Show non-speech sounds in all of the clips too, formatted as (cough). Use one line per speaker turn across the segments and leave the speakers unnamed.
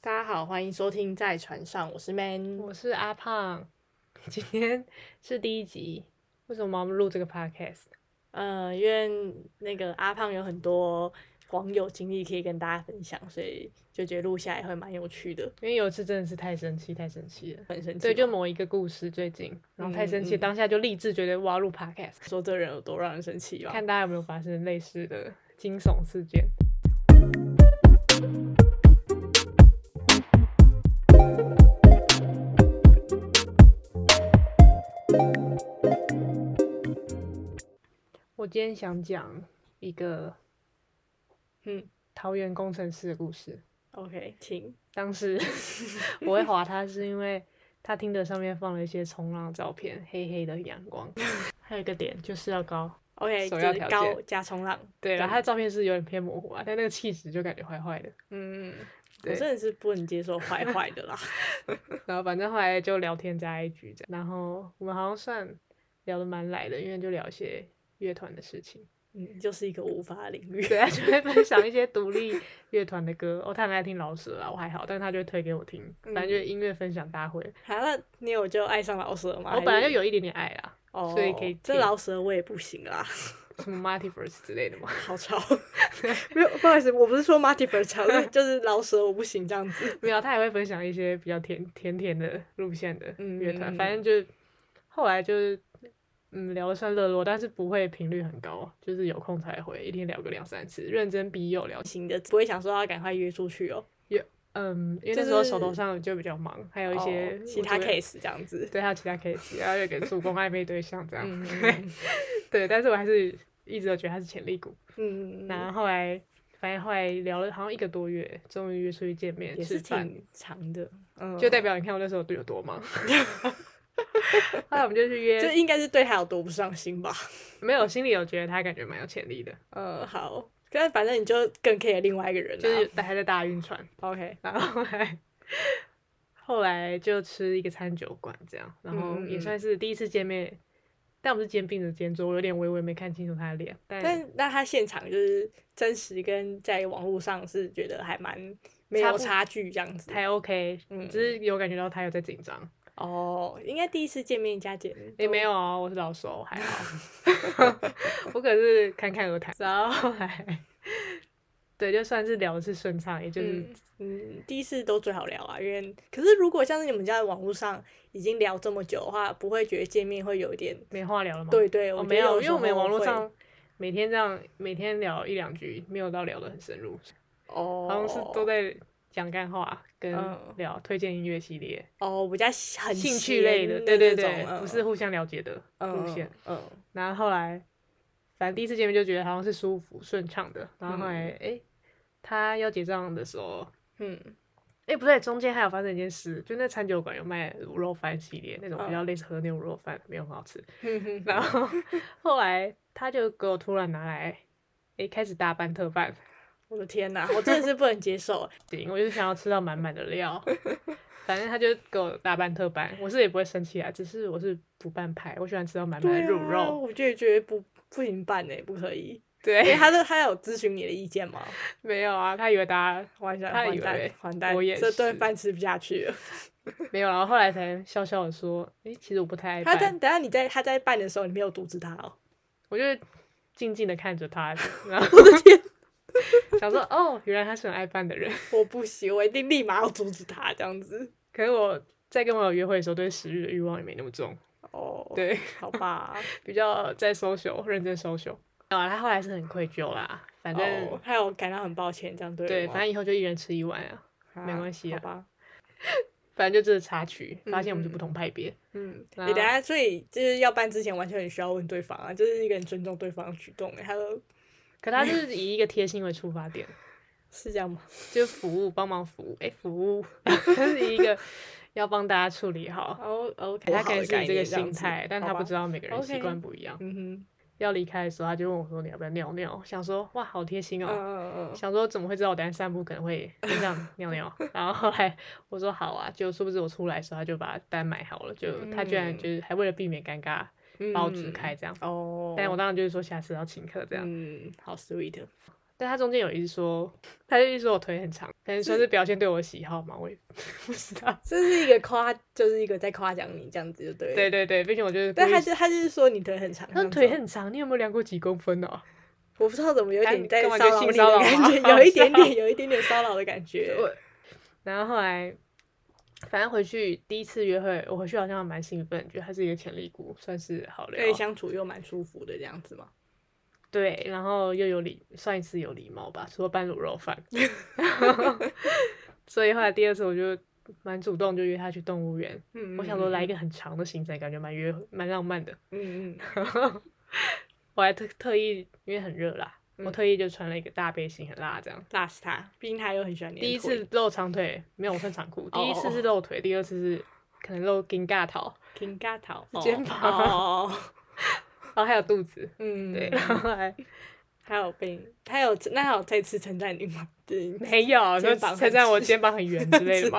大家好，欢迎收听在船上，我是 Man。
我是阿胖，今天是第一集。为什么我们录这个 podcast？
呃，因为那个阿胖有很多网友经历可以跟大家分享，所以就觉得录下来会蛮有趣的。
因为有一次真的是太生气，太生气了。
很神奇吗，
对，就某一个故事最近，然后太生气，
嗯嗯
当下就立志觉得我要录 podcast，
说这人有多让人生气吧。
看大家有没有发生类似的惊悚事件。我今天想讲一个
嗯
桃园工程师的故事。
，OK，请。
当时我会划它，是因为它听的上面放了一些冲浪照片，黑黑的阳光，
还有一个点
就是要高。
，OK，
首
就
要
是
条
高
件
加冲浪。
对，然后它
他
的照片是有点偏模糊啊，但那个气质就感觉坏坏的。
嗯，我
对
真的是不能接受坏坏的啦。 (laughs)
然后反正后来就聊天加 IG 这样，然后我们好像算聊得蛮来的，因为就聊一些乐团的事情。 (laughs)
嗯，就是一个无法领域。
对，他啊就会分享一些独立乐团的歌。哦，他很爱听老舍啊，我还好，但是他就会推给我听，反正就是音乐分享大会。
(laughs) 好，那你有就爱上老舍吗？
我本来
还，
就是有一点点爱啦，
哦，
所以可以
这
听
老舍我也不行啦。 (laughs)
什么 Multiverse 之类的嘛。
好
(laughs)
吵！没有，不好意思，我不是说 m a r t i f e r 吵， (laughs) 是就是老舍我不行这样子。
没有，他也会分享一些比较甜甜甜的路线的
嗯
乐团，
嗯
反正就是后来就是嗯聊的算热络，但是不会频率很高，就是有空才回，一天聊个两三次，认真笔友聊。
行的，不会想说要赶快约出去哦。
嗯，因为
就
那时候
是
手头上就比较忙，还有一些、
哦其他 case 这样
(laughs)
子。
对，还有其他 case，然后又给助攻暧昧对象这样，
嗯
(laughs) 对，但是我还是一直都觉得他是潜力股。
嗯，
然后后来反正后来聊了好像一个多月，终于约出去见面
也
吃
是
饭，
挺长的，嗯，
就代表你看我那时候有多忙。 (laughs) 后来我们就去约，
就应该是对他有多不上心
(laughs)
吧。
没有，心里有觉得他感觉蛮有潜力的，
嗯，好，但反正你就更 care 另外一个人啊啦。
就是还在大晕船，
(laughs) OK，
然后后来后来就吃一个餐酒馆这样，然后
嗯嗯嗯
也算是第一次见面，但我们是肩并着肩坐，我有点微微没看清楚他的脸，但
但那他现场就是真实跟在网络上是觉得还蛮没有差
差
距这样子。
还 OK，、
嗯
只是有感觉到他有在紧张。
哦，应该第一次见面加减
也、
都
没有啊，我是老手，
(laughs)
还好，我可是侃侃而谈，然后后来。 (laughs) 对，就算是聊的是顺畅，也就是
嗯嗯，第一次都最好聊啊，因为可是如果像是你们家在网络上已经聊这么久的话，不会觉得见面会有一点
没话聊了嘛。
对对，
哦，
我觉
没
得
有，因
时
为我们
候
网络
会
上每天这样，每天聊一两句，没有到聊得很深入，
哦，
好像是都在讲干话跟
嗯
聊推荐音乐系列、
哦比较喜很
兴趣类的，
闲
对对
那
对
种，嗯
不是互相了解的路
嗯
线。
嗯
然后后来，反正第一次见面就觉得好像是舒服顺畅的，然后后来哎、诶他要结账的时候。
嗯
哎、不对，中间还有发生一件事，就那餐酒馆有卖卤肉饭系列那种
嗯
比较类似和牛卤肉饭，没有很好吃。
嗯，
然后后来他就给我突然拿来，诶，开始大办特办，
(laughs) 我的天哪，我真的是不能接
(laughs)
受，欸
行，我就是想要吃到满满的料。反正他就给我大办特办，我是也不会生气啊，只是我是不拌派，我喜欢吃到满满的
对
卤
啊
肉。
我就觉得不不行办哎，不可以。
对
因
(laughs)
为他都他有咨询你的意见吗？
没有啊，他以为大
完蛋
他以
完蛋
为
完蛋，
我也
这顿
是
饭吃不下去了。
家没有，然后后来才笑笑的说，诶，其实我不太爱
他但
拌，
等下你在他在办的时候，你没有阻止他哦。
我就静静的看着他，然后我的天，想说哦，原来他是很爱拌的人。
我不行，我一定立马要阻止他这样子。
可是我在跟网友约会的时候，对食欲的欲望也没那么重，
哦，，
对。
好吧。
比较在 social 认真 social 啊，他后来是很愧疚啦， (laughs) 反正、
哦，还有感到很抱歉，这样对
对，
吗
反正以后就一人吃一碗啊，
啊
没关系啊
好吧。
反正就这是插曲，
嗯
发现我们是不同派别。
嗯，你、
然
等
后
下，所以就是要办之前，完全很需要问对方啊，就是一个人尊重对方的举动、欸。他说
可他是以一个贴心为出发点，
是这样吗？
就是服务帮忙服务，哎、服务， (laughs) 他是以一个要帮大家处理好。
哦，OK，
他可能是以这个心态，但他不知
道。
道每个人
OK
习惯不一样。
嗯
要离开的时候，他就问我说：“你要不要尿尿？”想说：“哇，好贴心
哼，
哦。
嗯嗯嗯
想说怎么会知道我等下散步可能会就这样
(laughs)
尿尿，然后后来我说好啊，就殊不知我出来的时候他就把单买好了，就他居然
嗯
就是还为了避免尴尬
嗯，
包纸开这样，
哦。嗯
但我当然就是说下次要请客这样，
嗯，好 sweet。
但他中间有一直说，他就一直说我腿很长，可能算是表现对我的喜好嘛，我也 (laughs) 不知
(laughs)
道。
这是一个夸，就是一个在夸奖你这样子就对了。
对对对，毕竟我就是故意，
但他就他就是说你腿很长，
他说
这样子
腿
哦
很长，你有没有量过几公分哦？
我不知道怎么有
哎
点
你
在
干嘛
骚
就
扰啊
性
你
骚
的感
扰我
觉， (laughs)
好
有一点
笑
点，有一点点骚扰的感 (laughs) 觉。
我， (laughs) 然后后来，反正回去第一次约会，我回去好像蛮兴奋，觉得他是一个潜力股，算是好聊
可。以相处又蛮舒服的这样子嘛。
对，然后又有礼，算一次有礼貌吧，除了拌卤肉
(laughs)
饭。 (laughs) 所以后来第二次我就蛮主动，就约他去动物园。
嗯
我想说来一
个，
个很长的行程，感觉蛮约蛮浪漫的。
嗯嗯
我还特特意，因为很热啦，我
嗯
特意就穿了一个大背心，很辣这样。
辣死他，毕竟他又很喜欢你的
第一次露长腿，没有我穿长裤。第一次
哦
是露腿，第二次是可能露金尬头，
腿 King 嘎桃
肩膀
哦，哦
然后还有肚子。
(laughs) 嗯，
对，然后还
还有被他有那还有再次称赞你吗？对，(laughs)
没有，就
肩膀很
称赞我
直
肩膀很圆之类的
(laughs)
嘛。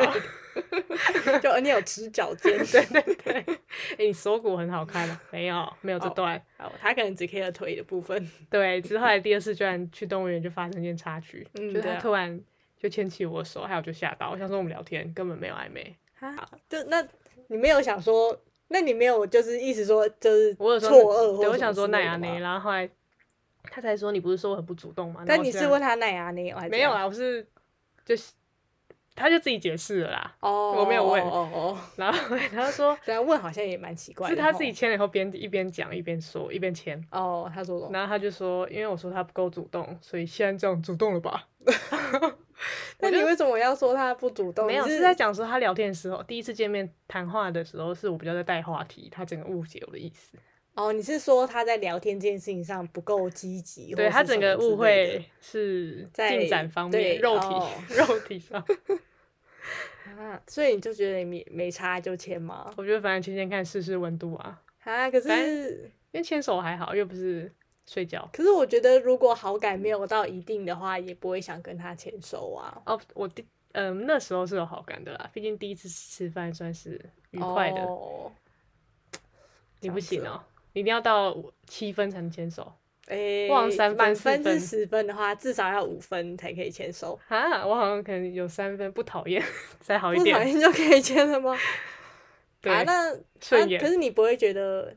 就你有直角肩，
(laughs) 对对对，哎、你锁骨很好看吗？啊没有，没有这
哦
段。
哦，他可能只 care 腿的部分，
对，之后来第二次居然去动物园就发生一件插曲，
嗯
就
对
是他
啊
突然就牵起我手，还有就吓到，我想说我们聊天根本没有暧昧，
就那你没有想说，那你没有就是意思说就是
我有说
错愕，
对，我想说奈
那
亚内，然后后来他才说你不是说我很不主动吗？然后
但
我
你
居
是
然
问他奶啊那还是
没有
怎样？
啊？我是就是他就自己解释了啦，
哦，
我没有问
哦哦哦，
然后他就
(laughs)
说
虽然问好像也蛮奇怪的
是
吼，
他自己签了以后边一边讲一边说一边签。
哦，他说什么？
然后他就说，因为我说他不够主动，所以现在这样主动了吧？
那你为什么要说他不主动？
没有，
你
是
是
在讲说他聊天的时候，第一次见面谈话的时候，是我比较在带话题，他整个误解我的意思，
哦，你是说他在聊天这件事情上不够积极，
对
或是
他整
什
个
么之
误
类的
会是
在
进展方
对
面，肉体、
哦
(laughs) 肉体上，
啊，所以你就觉得你没没差就签吗？
我觉得反正牵牵看试试温度啊，
啊，可
反
是
因为牵手还好，又不是睡觉。
可是我觉得如果好感没有到一定的话，也不会想跟他牵手啊。
哦，我第嗯、那时候是有好感的啦，毕竟第一次吃饭算是愉快的，
哦，
你不行
这样
哦，你一定要到七分才能牵手
诶、
忘三分
满
四
分是
分
十分的话，至少要五分才可以牵手。
哈，我好像可能有三分不讨厌 (laughs) 才好一
不小
点，
心就可以牵了吗？
(laughs) 对，
啊，那
顺
啊。
眼
可是你不会觉得，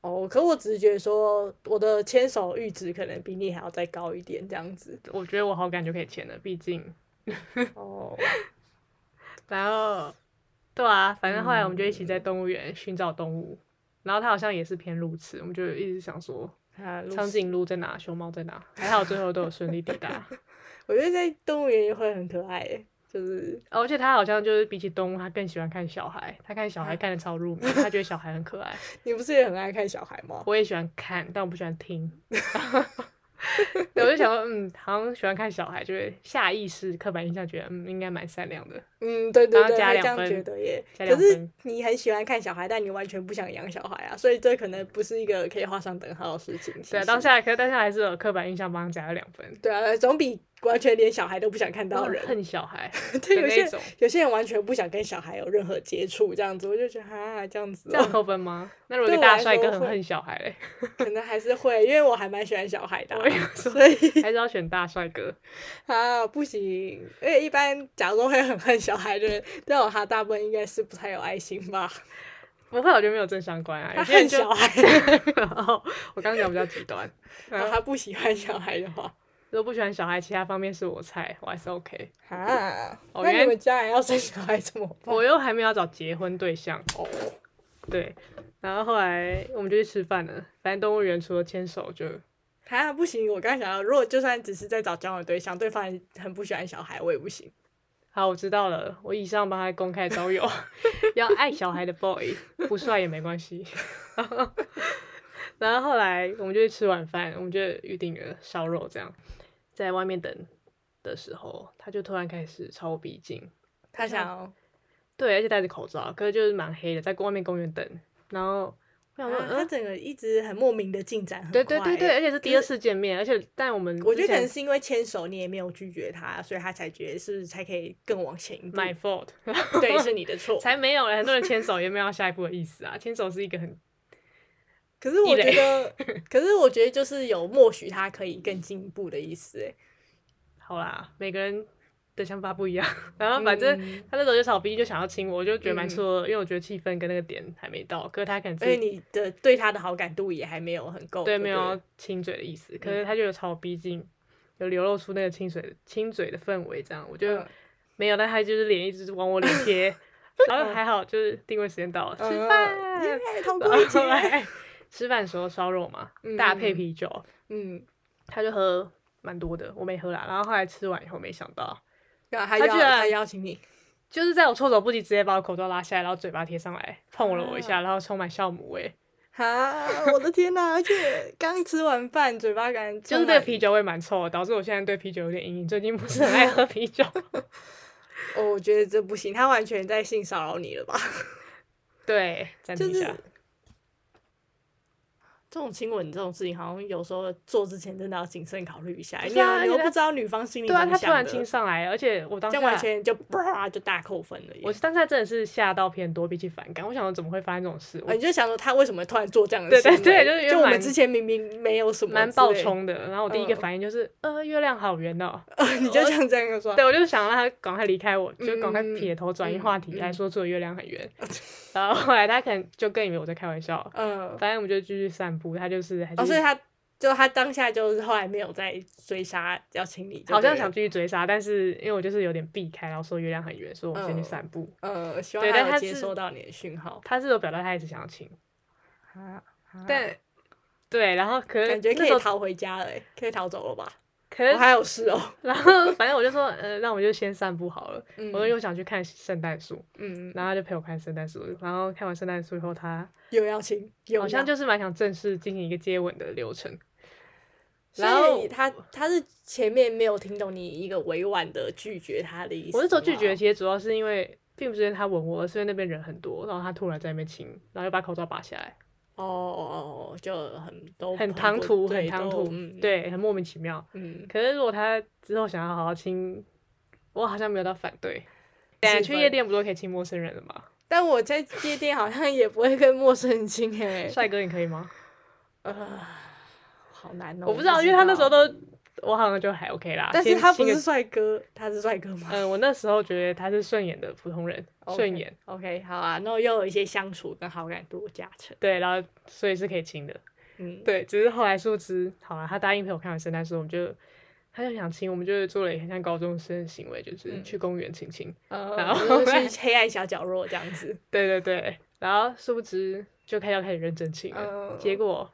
哦，可我只是觉得说，我的牵手阈值可能比你还要再高一点这样子。 (laughs)
我觉得我好感就可以签了，毕竟。
哦，
然后，对啊，反正后来我们就一
嗯
起在动物园寻找动物，然后它好像也是偏路痴，我们就一直想说
啊，如
长颈鹿在哪，熊猫在哪，还好最后都有顺利抵
(laughs)
达。
我觉得在动物园也会很可爱耶，就是
哦而且它好像就是比起动物，它更喜欢看小孩，它看小孩
啊
看的超入迷，它觉得小孩很可爱。
你不是也很爱看小孩吗？
我也喜欢看，但我不喜欢听。 (laughs) 对，我就想说，嗯，好像喜欢看小孩，就会下意识刻板印象觉得，嗯，应该蛮善良的。
嗯，对对
然后
对，
加
会
两
这样
分
觉得耶。
加
可
两
是
分
你很喜欢看小孩，但你完全不想养小孩啊，所以这可能不是一个可以画上等号的事情。其
对啊，
实
当下可是当下还是有刻板印象帮他加了两分。
对啊，总比完全连小孩都不想看到
我
人
恨小孩
(laughs) 对
哦的
有
那
些
种，
有些人完全不想跟小孩有任何接触，这样子我就觉得哈，这样子、
这样
哦，
扣分吗？那如果
对
一
我
个大
来
帅
说
哥很
会
恨小孩嘞，
可能还是会，因为我还蛮喜欢小孩的啊、
我也说
所以
还是要选大帅哥。
啊不行，因为一般假如说会很恨小孩的人，这种他大部分应该是不太有爱心吧，
不会，我觉得没有正相关啊。有
他
些人
恨
就，
小孩，
(laughs) 哦我刚刚讲比较极端，
然后他不喜欢小孩的
(laughs)
话，
如果不喜欢小孩，其他方面是我菜，我还是 OK。
(laughs) 啊，
哦
那
原
你
来
们家人要生小孩怎么办？ (laughs)
我又还没有找结婚对象，
哦，
对。然后后来我们就去吃饭了，反正动物园除了牵手就，
啊，不行！我刚想到，如果就算只是在找交往对象，对方很不喜欢小孩，我也不行。
好，我知道了，我以上帮他公开招友， (laughs) 要爱小孩的 boy，不帅也没关系。 (laughs) 然后后来我们就去吃晚饭，我们就预定了烧肉，这样在外面等的时候，他就突然开始朝我逼近，嗯
他想要
对，而且戴着口罩，可是就是蛮黑的，在外面公园等。然后我想说，
啊，他
呃，
整个一直很莫名的进展，很
对对对
快
对，
欸
而且是第
可
二
是
次见面，而且但我们
我觉得
之
可能
前
是因为牵手你也没有拒绝他，所以他才觉得是不是才可以更往前一步。
my fault，
(laughs)
(laughs)
对，是你的错。
才没有嘞，很多人牵手也没有要下一步的意思啊，牵手是一个很
可是我
一
觉
垒
得，可是我觉得就是有默许他可以更进一步的意思，哎，
好啦，每个人的想法不一样。 (laughs) 然后反正
嗯
他那时候就小 B 就想要亲我，我就觉得蛮
嗯
错愕的，因为我觉得气氛跟那个点还没到，可是他可能
所以
是
你的对他的好感度也还没有很够，
对
对，嗯
没有要。亲嘴的意思，可是他就有朝我逼近，有流露出那个亲嘴亲嘴的氛围，这样我就
嗯
没有，但他就是脸一直往我脸
(laughs)
贴，然后还好就是定位时间到了，吃
嗯 (laughs)
饭，
耶，通过一
然
节
后，来 (laughs) 吃饭的时候烧肉嘛，大配
嗯
啤酒，
嗯，
他就喝蛮多的，我没喝啦，然后后来吃完以后没想到。
那他
他
邀
居然
他邀请 (laughs) 你，
就是在我措手不及，直接把我口罩拉下来，然后嘴巴贴上来，碰了我一下，然后充满酵母味，
啊，我的天哪！而且刚吃完饭，嘴巴感
就
就是
那个啤酒味蛮臭的，导致我现在对啤酒有点阴影，最近不是很
(laughs)
爱喝啤酒。
哦，我觉得这不行，他完全在性骚扰你了吧？
对，啊暂停
就
一
是
下，
(laughs) 这种亲吻这种事情，好像有时候做之前真的要谨慎考虑一下，
不是
你又
啊
你
而且
又
他
不知道女方心里
对
怎
啊，
么
他突
想
然
的，
亲上来，而且我当
这
下
样完全就啪就大扣分了耶。
我当下真的是吓到偏多，比起反感，我想我怎么会发生这种事，
啊
我
你就想说他为什么突然做这样的
对对
行为
对就是
就我
蛮
们之前明明没有什么
蛮
之
爆
类，
冲的。然后我第一个
嗯
反应就是，呃，月亮好圆哦，
你就像这样说，
对，我就想让他赶快离开我，就赶快
嗯嗯
撇头转移话题，
嗯嗯
还说出了月亮很
(laughs)
圆。然后后来他可能就更以为我在开玩笑，
嗯，
反正我们就继续散步，他就是还是、
哦，所以他就他当下就是后来没有再追杀要亲你就对了，
好像想继续追杀，但是因为我就是有点避开，然后说月亮很远，所以我们先去
嗯
散步。
呃，希望
对但
他
他
有接
是
收到你的讯号，
他是有表达他一直想要亲，
啊啊
但对，然后可是
感觉可
那时
以
候
逃回家了耶，欸可以逃走了吧？
可
我
是
还有事哦，
然 (laughs) 后反正我就说，呃，那我们就先散步好了。
嗯
我说又想去看圣诞树，
嗯，
然后他就陪我看圣诞树，然后看完圣诞树以后，他
有要亲，有
好像
要
就是蛮想正式进行一个接吻的流程。
所
然后
以他他是前面没有听懂你一个委婉的拒绝他的意思吗，
我那时候拒绝，其实主要是因为并不是因为他吻我，而是因为那边人很多，然后他突然在那边亲，然后又把口罩拔下来。
哦哦哦，就很都
很
不
唐突，
对
很唐
都
突，
嗯，
对，很莫名其妙。
嗯，
可是如果他之后想要好好亲，我好像没有到反对。
气
对，去
氛
夜店不都可以亲陌生人了吗？
但我在夜店好像也不会跟陌生人亲诶、
(laughs) 帅哥，你可以吗？
呃，好难哦、
我不知道，因为他那时候，都，我好像就还 OK 啦。
但是
先
他不
亲个
是，帅哥，他是帅哥吗？
嗯，我那时候觉得他是顺眼的普通人， (laughs) 顺眼，
OK，好啊，那又有一些相处跟好感度的加成。
对，然后所以是可以亲的。
嗯，
对，只是后来树枝，好了，他答应陪我看完圣诞树，我们就。他就想亲，我们就做了一个像高中生的行为，就是
嗯
去公园亲亲。
呃，
然后
就是去黑暗小角落这样
(laughs)
子。
对对对，然后殊不知就开始要开始认真亲了，
嗯
结 (laughs) 果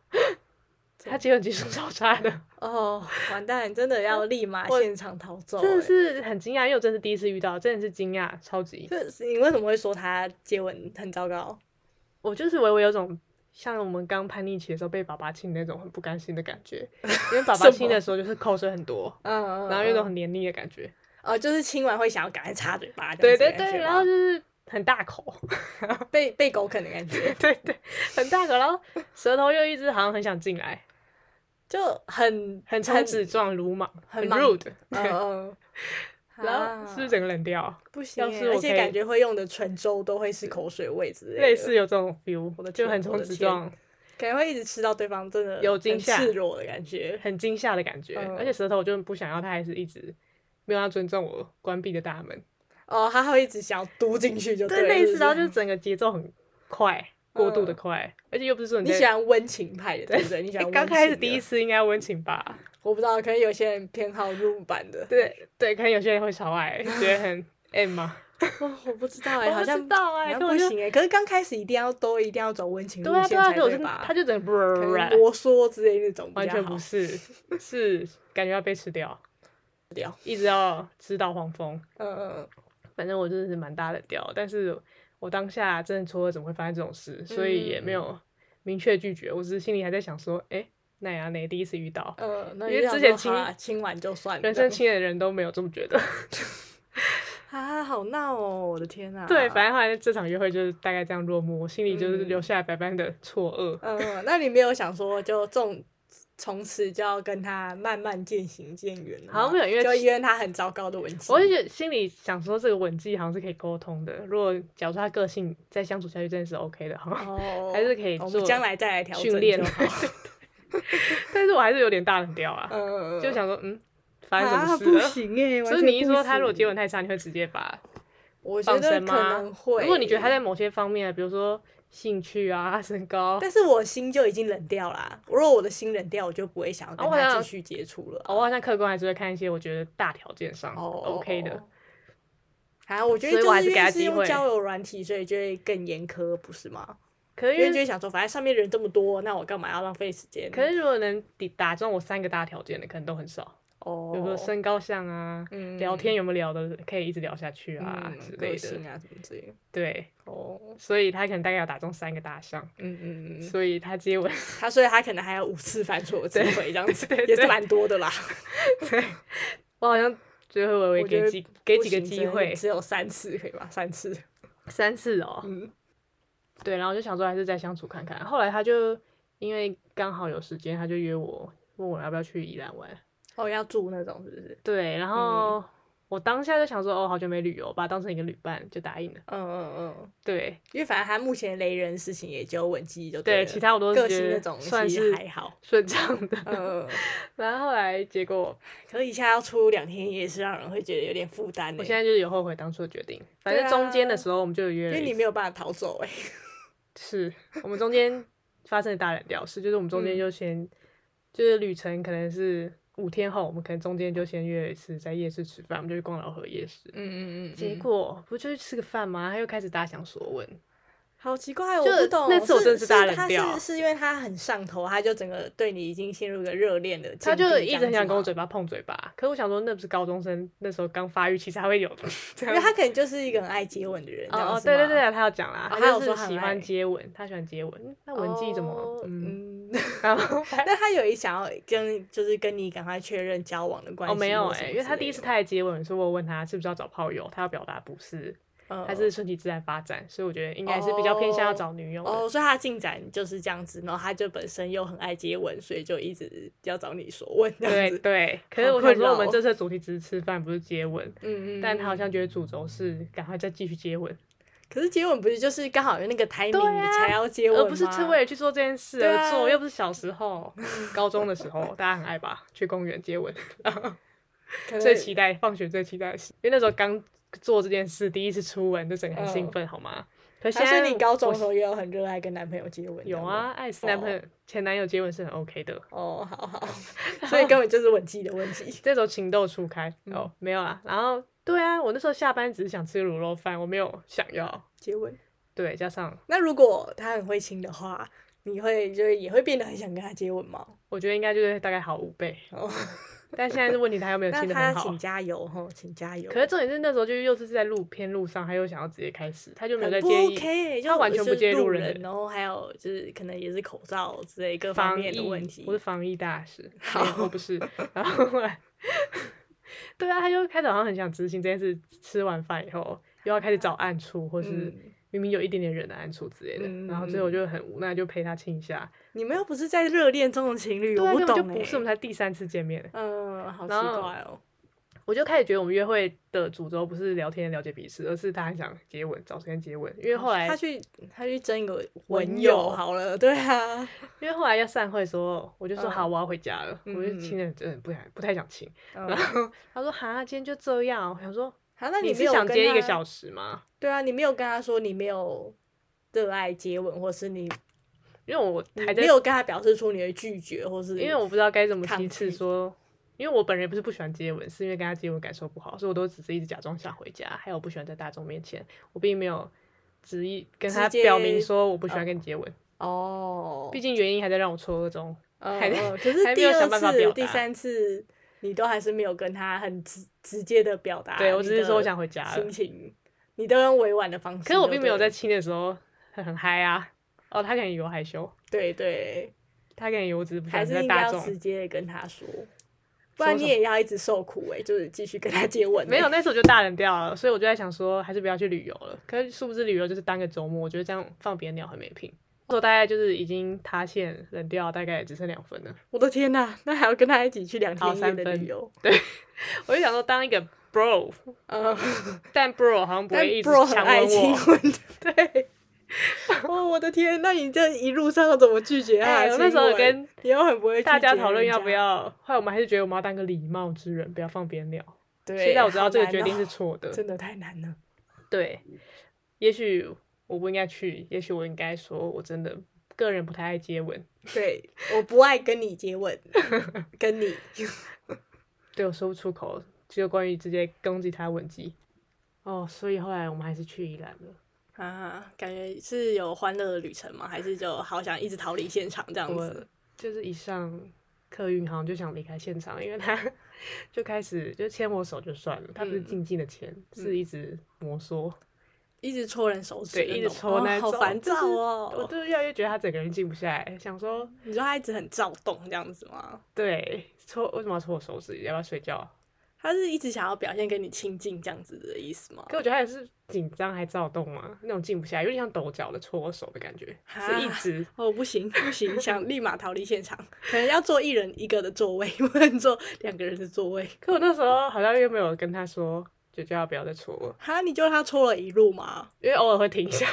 他接吻技术超差 (laughs) 的，
哦，完蛋，真的要立 (laughs) 马
我
现场逃走、欸。
真的是很惊讶，因为我真的是第一次遇到，真的是惊讶，超级。
这是，你为什么会说他接吻很糟糕？
我就是微微有种像我们刚叛逆期的时候被爸爸亲那种很不甘心的感 (laughs) 觉，因为爸
什
爸
么
亲的时候就是口水很多，
嗯嗯
然后有一
嗯
种很黏腻的感觉，
哦，就是亲完会想要赶快插嘴巴这
对
样子的感
对
觉吗，
对，然后就是很大口， (laughs)
被被狗啃的感觉， (laughs)
对对，很大口，然后舌头又一直好像很想进来，
就很
(laughs) 很冲直撞鲁莽，啊
很
很
莽
rude，
嗯嗯，啊
然后是不是整个冷掉？
不行
要
欸
是我
而
可
且
以
感觉会用的唇周都会是口水味之类的，
类似有这种 feel，
我的
就
天
很
我
冲
的
直
天
撞，
可能会一直吃到对方真的
有惊
很
吓
赤裸的感觉。
很惊吓的感觉，
嗯
而且舌头我就不想要，它还是一直没有要尊重我关闭的大门，
哦，他会一直想要嘟进去就
对，
了
类
是
似，
不
然后
是
就整个节奏很快，过度的快，而且又不是说
你
在
喜欢温情派的，对不对？你喜
诶
欢
刚
温
开始
情的啊
第一，次应该温情吧？
我不知道，可能有些人偏好入版的，
对 (laughs) 对，可能有些人会超爱，觉得
(laughs)
很 M 嘛，
哦我不知道哎，
我
好
不知
像
道
好
哎，
像
可我
不
就
行哎。可是刚开始一定要都一定要走温情路
对啊对
线
啊，
才
可我
对
是
吧？
他就整个
可
(laughs)
能啰嗦之类那种比
完
较
全
好
不是，
(laughs)
是感觉要被吃掉，
掉，
一直要吃到黄蜂。
嗯嗯
反正我真的是蛮大的屌，但是我当下真的除了怎么会发生这种事，所以也
嗯
没有明确拒绝，我只是心里还在想说，哎、那雅内第一次遇到，
嗯呃，那
因为
你就想说
之前亲
好啦亲完就算了，
人
这样
生亲的人都没有这么觉得。
(laughs) 啊，好闹哦！我的天啊！
对，反正后来这场约会就是大概这样落幕，我心里就是
嗯
留下了百般的错愕。
嗯，那你没有想说，就这种从此就要跟他慢慢渐行渐远了吗。
好像没有因为
就因为他很糟糕的文气，
我就觉得心里想说，这个吻技好像是可以沟通的。如果假如说他个性再相处下去，真的是 OK 的哈。 (laughs)
哦，
还是可以
我
做
们将来再来调整
训练
就
(laughs)
好
但是我还是有点大冷掉啊，
嗯，
(laughs) 就想说，嗯，发生什
啊
么
不
事了？
行哎，
(laughs) 所
所
以
以
你一说他如果接吻太差，你会直接把
我觉
放
得
生
可
吗？
能会。
如果你觉得他在，某些方面，比如说兴趣啊、 (laughs) 身高，
但是我心就已经冷掉啦。如果我的心冷掉，我就不会想要跟
啊我想
他继续接触了啊。
哦我好像客观还是会看一些我觉得大条件上
哦
OK 的。。
啊，我觉得
所以我还
就是是因
给
为
他
是
机
用
会
交友软体，所以就会更严苛，不是吗？
可是
因为
因
就
为
会想说，反正上面人这么多，那我干嘛要浪费时间？
可是如果能抵打中我三个大条件的，可能都很少，
哦，
比如说身高上啊。
嗯
聊天有没有聊的可以一直聊下去啊、
嗯
之
个
类
性
的，
啊什么之类的。
对，
哦，
所以他可能大概要打中三个大项，
嗯嗯
(laughs)
嗯，
所以他接吻，
他所以他可能还有五次犯错的机会，这样子
对对
也是
对
蛮多的啦。
我好像觉得微微
我觉
给
得
几给
不
几个
行
机
真的
会，
只有三次，可以吧？三
(laughs)
次，
三次哦，
嗯，
对，然后就想说还是再相处看看，后来他就因为刚好有时间，他就约我，问我要不要去宜兰玩，
哦，要住那种是不是？
对，然
嗯
后我当下就想说，哦，好久没旅游，把它当成一个旅伴就答应了，
嗯嗯嗯，
对
因为反正他目前雷人的事情也只有吻技就
对，
了
其他我都
个
是
性
觉
那
得
种
算
其
是
实还好。
(laughs) 顺畅的，
嗯，嗯
(laughs) 然后后来结果
可以一下要出两天，也是让人会觉得有点负担欸
我
的。
现在就是有后悔当初的决定，反
对
正中间的
啊
时候我们就有
因
约了
为
一次，
你没有办法逃走哎、
是我们中间发生了大胆调事，就是我们中间
嗯
就先、就是旅程可能是五天后，我们可能中间就先约了一次在夜市吃饭，我们就去逛老河夜市。
嗯嗯嗯
结果不就去吃个饭吗？他又开始大想所问，
好奇怪，我
就
不懂。
那次我真的
是
是大冷
他
掉
是是因为他很上头，他就整个对你已经陷入一个热恋的境地，
他就一直
这
很
样
想
子
跟我
吗
嘴巴碰嘴巴。可是我想说，那不是高中生那时候刚发育期才会有
(laughs)
的这
因
样
为。他可能就是一个很爱接吻的人。这
哦
样
哦，
子
对对
吗
对，啊，他要讲啦，
哦
他
他有
就
说
是
很
喜
爱
欢接吻，他喜欢接吻。那文技怎么？
哦
嗯，
嗯，
(laughs)
(laughs)
然后
那他有一想要跟就是跟你赶快确认交往的关系
哦，
或什么之类
没
的
有
吗？
哎、因为他第一次太接吻，所以我问他是不是要找炮友，他要表达不是，
嗯，
他是顺其自然发展，所以我觉得应该是比较偏向要找女友的。
哦，所以他进展就是这样子，然后他就本身又很爱接吻，所以就一直要找你所问这样
对
子。
对，可是
好
我想
困
说，我
扰
们
哦
这次的主题只是吃饭，不是接吻，
嗯嗯，
但他好像觉得主轴是赶快再继续接吻，
可是接吻不是就是刚好有那个 timing
对啊
你才要接吻
而
吗？
不是是为了去做这件事
对
而
啊
做，又不是小
(laughs)
时候、高中的时候，大家很爱吧，去公园接吻，
可能
最期待放学最期待的事，因为那时候刚做这件事，第一次初吻，就整个很兴
嗯
奋，好吗？可是
啊
现
所
在
以你高中哦
我
的时候也有很热爱跟男朋友接吻？
有啊，。爱死男朋友、前男友接吻是很 OK 的，
哦，好
(laughs)
好，所以根本就是吻技的问题。
这时候情窦初开、
嗯
哦，没有啦。然后对啊，我那时候下班只是想吃卤肉饭，我没有想要。
接吻。
对，加上
那如果他很会亲的话，你会就是也会变得很想跟他接吻吗？
我觉得应该就是大概好五倍，
哦，
但现在是问题他有没有
那
亲的
他
很好啊
(laughs) 请。加油哈，请加油。
可是重点是那时候就是又是在路偏路上，他又想要直接开始，他就没有在
很不
介意
OK，就
他完全不介意
路
路人的
然后还有就是可能也是口罩之类各方
防
面
疫
的问题
我。是防疫大使，
好
没有我不是。然后后来， (laughs) 对啊，他就开始好像很想执行这件事，吃完饭以后又要开始找暗处，或是、
嗯
明明有一点点忍的暗处之类的，
嗯
然后最后我就很无奈，就陪他亲一下。
你们又不是在热恋中的情侣，
对啊，
我
根本
懂
就
哎、
不是，我们才第三次见面，
嗯，好奇
然后
怪哦。
我就开始觉得我们约会的主轴不是聊天了解彼此，而是他很想接吻，找时间接吻。因为后来
他，去他去争一个
文
文
友
友好了，对
(laughs)
啊，
因为后来要散会的时候，我就说
嗯
好，我要回家了，
嗯
我就亲了，真的不想不太想亲。
嗯
然后他说哈，今天就这样。我想说，
好，那
你
没
是
有
想
跟
接一个
他
小时吗？
对啊，你没有跟他说你没有热爱接吻，或是你
因为我
你
还在
没，有跟他表示出你的拒绝，或是
因为我不知道该怎么
抗
提次
拒
说。因为我本人也不是不喜欢接吻，是因为跟他接吻感受不好，所以我都只是一直假装想回家。还有我不喜欢在大众面前，我并没有执意跟他
直接嗯
表明说我不喜欢跟你接吻，
哦，
毕竟原因还在让我错愕中。
嗯
还在
嗯可
还
是
没
第
有
二
想办法
次、
表
第
达
三次，你都还是没有跟他很直直接的表达。
对我只是说我想回家了
心，情，你都用委婉的方式就
可
对
是
了。
我并没有在亲的时候很很嗨啊。哦，他可能以为我害羞，
对对，
他可能以为我只是不喜
还
欢
是
在
应该
大
要直
众。
接的跟他说，不然
说
你
什
也要一直受苦哎、就是继续跟他接吻、欸
没有，，那时候我就大人掉了，所以我就在想说，还是不要去旅游了。可是殊不知旅游就是当个周末，我觉得这样放别的鸟很没品。说大概就是已经塌陷冷掉，大概只剩两分了。
我的天呐，那还要跟他一起去两天
好
一夜
三
的
分
旅游？
我就想说当一个 bro， (laughs)
呃，
但 bro 好像不
但
会一直
bro 很
强
爱
吻
亲
我。
吻，对。哦，我的天，那你这一路上要怎么拒绝他
哎
的亲
我
吻？
那时候跟
你又很不会
大
拒
家
绝
讨论
人
要不
家，
要，后来我们还是觉得我们要当个礼貌之人，不要放别人鸟。
对，
现在我知道
好
这个
难
决定
哦 (laughs)
是错的，
真的太难
(laughs)
了。
对。也许我不应该去，也许我应该说，我真的个人不太爱接吻。
对，我不爱跟你接 (laughs) 吻，跟你。
对我说不出口，只有关于直接攻击他的吻技。哦，所以后来我们还是去宜兰了。
啊，感觉是有欢乐的旅程吗？还是就好想一直逃离现场这样
我
子？
就是一上客运，好像就想离开现场，因为他 (laughs) 就开始就牵我手就算了，他不是
嗯
静静的牵，是一直摩挲，
一直戳人手指
对，
那
一直
种
抽
哦
那种，
好烦
就是 (laughs)
躁
我
哦！
就越来越觉得他整个人静不下来，想说，
你说他一直很躁动这样子吗？
对，抽为什么要抽我手指？要不要睡觉？
他是一直想要表现跟你亲近这样子的意思吗？
可我觉得他也是紧张还躁动嘛，那种静不下来，有点像抖脚的搓我手的感觉，
哈
是一直
哦，不行不行，想立马逃离现场，可能要坐一人一个的座位， (laughs) 不能坐两个人的座位。
可我那时候好像又没有跟他说，就叫他不要再戳我，
哈，你就让他戳了一路吗？
因为偶尔会停一下。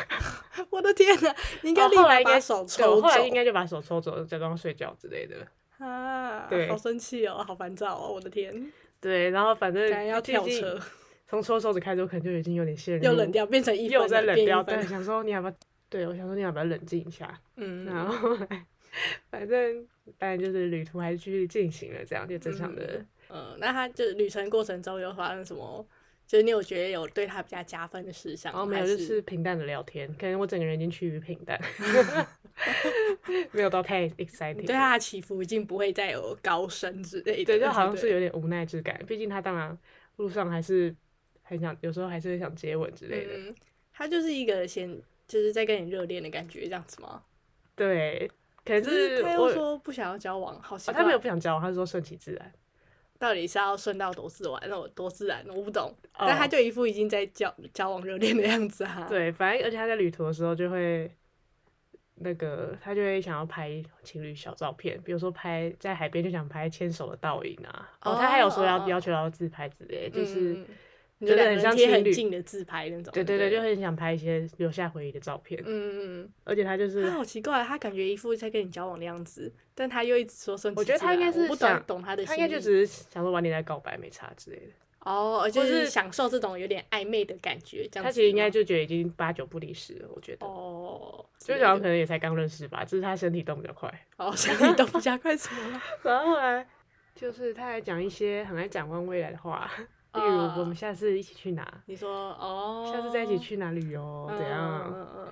我的天哪！ (laughs) 你应该
哦
立
后来
马
应该
把手
对我
抽走。
后来应该就把手抽走，假装睡觉之类的。
啊，
对
好生气哦，好烦躁哦，我的天，
对，然后反正
感觉要
毕
跳
竟
车，
从戳手指开始，我可能就已经有点陷入，
又冷，掉，变成一分
又
了
在冷
变一
掉。
分
对，想说你要不要？对，我想说你要不要冷静一下？然
嗯，
后后来反正当然就是旅途还是继续进行了，这样就正常的。
呃，那他就旅程过程中有发生什么？就是你有觉得有对他比较加分的事项
然
吗？
后哦没有，
还
就是是平淡的聊天，可能我整个人已经趋于平
(laughs)
淡，没有到太 exciting
你。对啊他的起伏已经不会再有高升之类的，
对，就好像是
对
有点无奈之感。毕竟他当然路上还是很想，有时候还是会想接吻之类的。
嗯，他就是一个先就是在跟你热恋的感觉这样子吗？
对，可
可
是
他
我
又、说不想要交往，好奇
哦
怪，
他没有不想交往，他是说顺其自然。
到底是要顺到多自然，那我多自然，我不懂。
哦
但他就一副已经在交交往热恋的样子啊。，
对，反正而且他在旅途的时候就会。那个他就会想要拍情侣小照片，比如说拍在海边就想拍牵手的倒影啊。哦，他还有说
哦哦
要
哦
要求要自拍之类，就是、
嗯你就
觉得
两
很
个人
像
贴
情
很
侣
近的自拍那种。
对对
对
对，
不
就很想拍一些留下回忆的照片。
嗯嗯
而且他就
嗯，
是
他好奇怪，他感觉一副在跟你交往的样子，但他又一直说顺其
我觉得
自
他应
然
该是
我不懂
想
懂他的
他
心意，
应该就只是想说晚点再告白没差之类的。
哦，就
或
是
是
享受这种有点暧昧的感觉，这样子吗。
他其实应该就觉得已经八九不离十了，我觉得。
哦，
就想可能也才刚认识吧，只是他身体动比较快。 (laughs)
哦，身体都不加快什么了？
然后后来就是他还讲一些很爱展望未来的话，例如
啊
我们下次一起去哪，
你说哦，
下次再一起去哪旅游，
嗯
怎
嗯
样？啊
嗯嗯嗯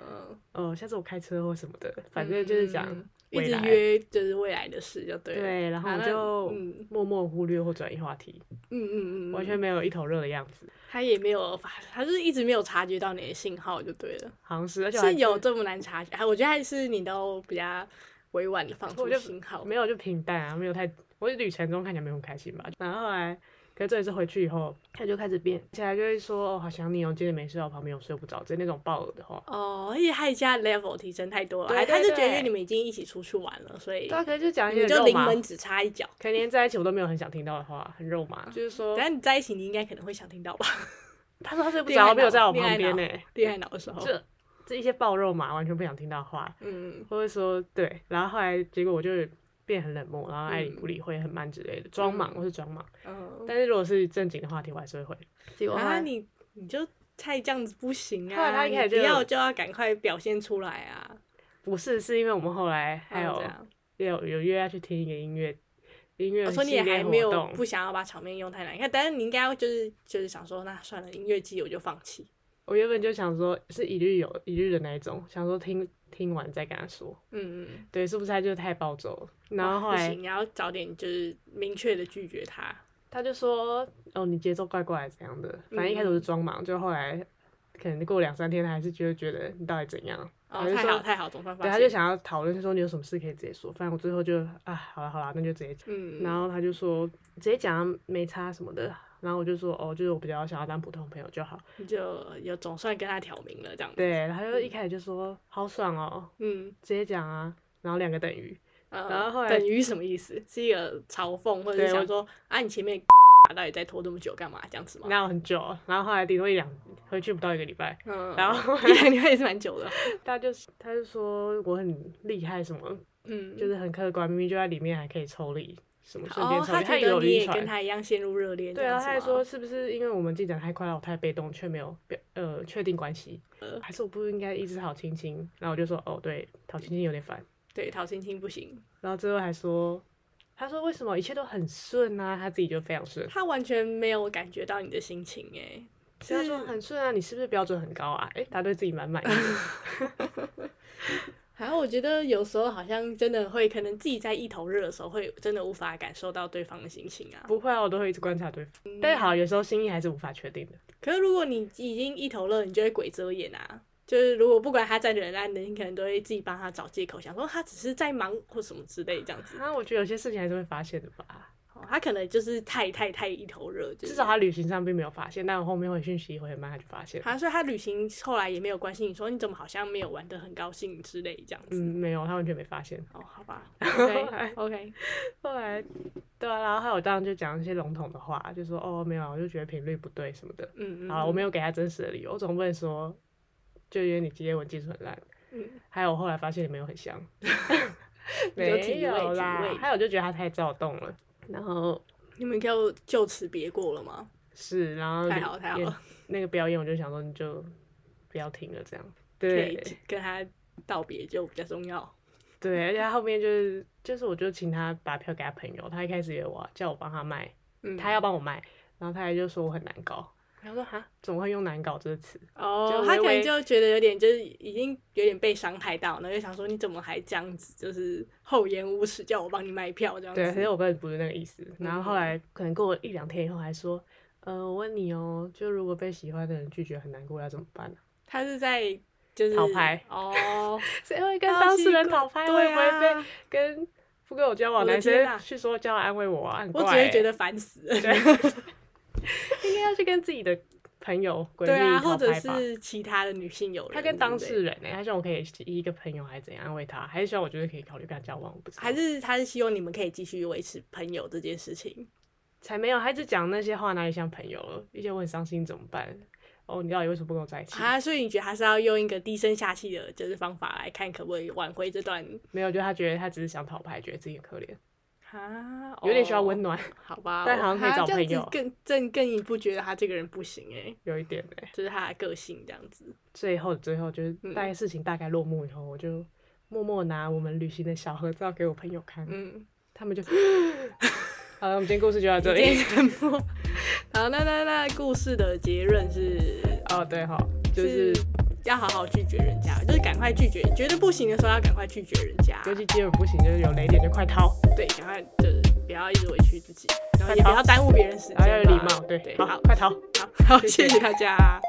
嗯。
哦，下次我开车或什么的，反正就是讲
嗯一
未
直
来。
约就是未来的事就对了。
对，然后
啊
我
那
就
嗯
默默忽略或转移话题，
嗯嗯嗯，
完全没有一头热的样子，
他也没有发，他就是一直没有察觉到你的信号就对了，
好像是，而且我还
是有这么难察觉？还我觉得还是你都比较委婉的放出
我就
信号。
没有就平淡啊，没有太，我旅程中看起来没有很开心吧。然后后来，可是这一次回去以后，他就开始变起来，就会说哦，好想你哦，今天没睡到旁边，我睡不着，就那种爆了的话。
哦，而且他一下 level 提升太多了，
对
还他就
对
觉得因为
对
你们已经一起出去玩了，所以
对啊，可能就讲一
你
些
们就
肉
临
麻，
门只差一脚。
可能连在一起我都没有很想听到的话，很肉麻，就是说
等，下你在一起，你应该可能会想听到吧？
他说他睡不
恋爱
着，没有
脑
在我
恋
旁
爱
边
脑
呢、
恋爱脑的时候，
这这一些爆肉麻，完全不想听到的话，
嗯，
或者说对，然后后来结果我就变很冷漠，然后爱理不理会很慢之类的，装忙我是装忙，
嗯，
但是如果是正经的话题，我还是会回。结果后
啊，
来
你你就太这样子不行啊！
后来他一开始
你
就
不要就要赶快表现出来啊！
不是，是因为我们后来还
然
有
后哦这样，
也有有约要去听一个音乐音乐
我说你
系
也
列
还
活
没有
动，
不想要把场面用太难看，但是你应该要就是就是想说，那算了，音乐季我就放弃。
我原本就想说是一日有一日的那一种，想说听听完再跟他说，
嗯嗯，
对，是不是他就太暴走了？然后后
哇不
来
行，你要早点就是明确的拒绝他。
他就说哦，你节奏怪怪怎样的，反正一开始
嗯
我是装忙，就后来可能过两三天，他还是觉得觉得你到底怎样，
哦
我，就
太
说
好太好，总算发
对，
现。
他就，想要讨论说你有什么事可以直接说，反正我最后就啊，好了好了，那就直接讲。
嗯，
然后他就说直接讲啊没差什么的，然后我就说哦，就是我比较想要当普通朋友就好。
你就有总算跟他挑明了这样子。
对，然后他就一开始就说好爽哦，
嗯，
直接讲啊，然后两个等于，
呃
然后后来
等于什么意思？是一个嘲讽，或者
对
是
我
想说啊，你前面 (laughs) 到底在拖这么久干嘛？这样子吗？
那有很久了，然后后来顶多一两回去不到一个礼拜，
嗯，
(laughs) 然后
一两年也是蛮久的，
他就是他就说我很厉害什么，
嗯，
就是很客观，明明就在里面还可以抽离什么瞬
哦
间，抽
他
离，
觉
也有
得你
晕
也跟
船。
他一样陷入热恋这
对啊，
样
他
子吗，
还说是不是因为我们进展太快了，我太被动却没有表呃确定关系，
呃
还是我不应该一直讨亲亲？然后我就说哦对，讨亲亲有点烦。
对讨亲亲不行，
然后最后还说，他说为什么一切都很顺啊，他自己就非常顺。
他完全没有感觉到你的心情哎，
所以他说很顺啊，你是不是标准很高啊？诶、他对自己蛮满意的。 (laughs)
然后我觉得有时候好像真的会，可能自己在一头热的时候，会真的无法感受到对方的心情啊。
不会啊，我都会一直观察对方。但是好，有时候心意还是无法确定的。
可是如果你已经一头热，你就会鬼遮眼啊。就是如果不管他在忍耐的，你可能都会自己帮他找借口，想说他只是在忙或什么之类这样子。
那、我觉得有些事情还是会发现的吧。
哦他可能就是太太太一头热，就是
至少他旅行上并没有发现，但我后面回讯息一回慢，他就发现。
好像说啊他旅行后来也没有关心你说你怎么好像没有玩的很高兴之类这样子。
嗯，啊没有，他完全没发现。
哦，好
(laughs)
吧，OK OK，
后来，对啊，然后还有当然就讲一些笼统的话，就说哦没有啊，我就觉得频率不对什么的。
嗯嗯，
好了，我没有给他真实的理由，我总不能说，就因为你今天文技术很烂。
嗯
还有我后来发现你没有很
(laughs)
像，
有体
没
味
有
体
啦
味。
还有就觉得他太躁动了，然后
你们就就此别过了吗？
是，然后
太
你
好太好
演
了
那个表演我就想说你就不要停了这样。
可
对
以跟他道别就比较重要。
对，而且他后面就是就是我就请他把票给他朋友，他一开始以为我叫我帮他卖，
嗯
他要帮我卖，然后他也就说我很难搞。然后说哈，怎么会用难搞这个词？就
哦，
微
他可能
微
就觉得有点就是已经有点被伤害到，然后就想说你怎么还这样子，就是厚颜无耻，叫我帮你卖票这样子。
对，其实我根本不是那个意思。然后后
嗯
来可能过了一两天以后还说，呃，我问你哦，就如果被喜欢的人拒绝很难过要怎么办呢、
他是在就是
讨拍
哦， (laughs)
谁会跟
好
当
奇
事人
怪
讨拍？会
对
不会
啊
被跟不跟我交往
我
的
的
男
天
生
啊
去说教安慰我啊？很
我只
怪
会
欸
觉得烦死
(laughs)
了。
应该要去跟自己的朋友闺
对啊，
蜜
或
讨
者
拍吧。
是其他的女性友人，
他跟当
对不对
事人呢、他希望我可以以一个朋友还是怎样安慰他，还是希望我觉得可以考虑跟他交往，我不知道。
还是他是希望你们可以继续维持朋友这件事情。
才没有，他一直讲那些话哪里像朋友了？一些我很伤心怎么办？哦，你到底为什么不跟我在一起？
啊，所以你觉得他是要用一个低声下气的，就是方法来看可不可以挽回这段
没有，就他觉得他只是想讨牌，觉得自己很可怜，
啊，
有点需要温
暖，
暖，
好吧？
哦但
我
好像可以
他
找
这样
朋
子
友
更更更一步觉得他这个人不行哎、
有一点哎、
就是他的个性这样子。
最后的最后，就是
嗯
大概事情大概落幕以后，我就默默拿我们旅行的小合照给我朋友看，
嗯，
他 (laughs) 们就，好了，我们今天故事就到这
今天
里。
沉默。好，那那那故事的结论是，
哦，对哈，就是
要好好拒绝人家，就是赶快拒绝，觉得不行的时候要赶快拒绝人家，
尤其基本不行，就是有雷点就快掏。
对，赶快就是不要一直委屈自己，然后也
快
不
逃
要耽误别人时间
然
吧，
后要有礼貌，对，
对，
好
好，
快逃。
好，好，谢谢大家。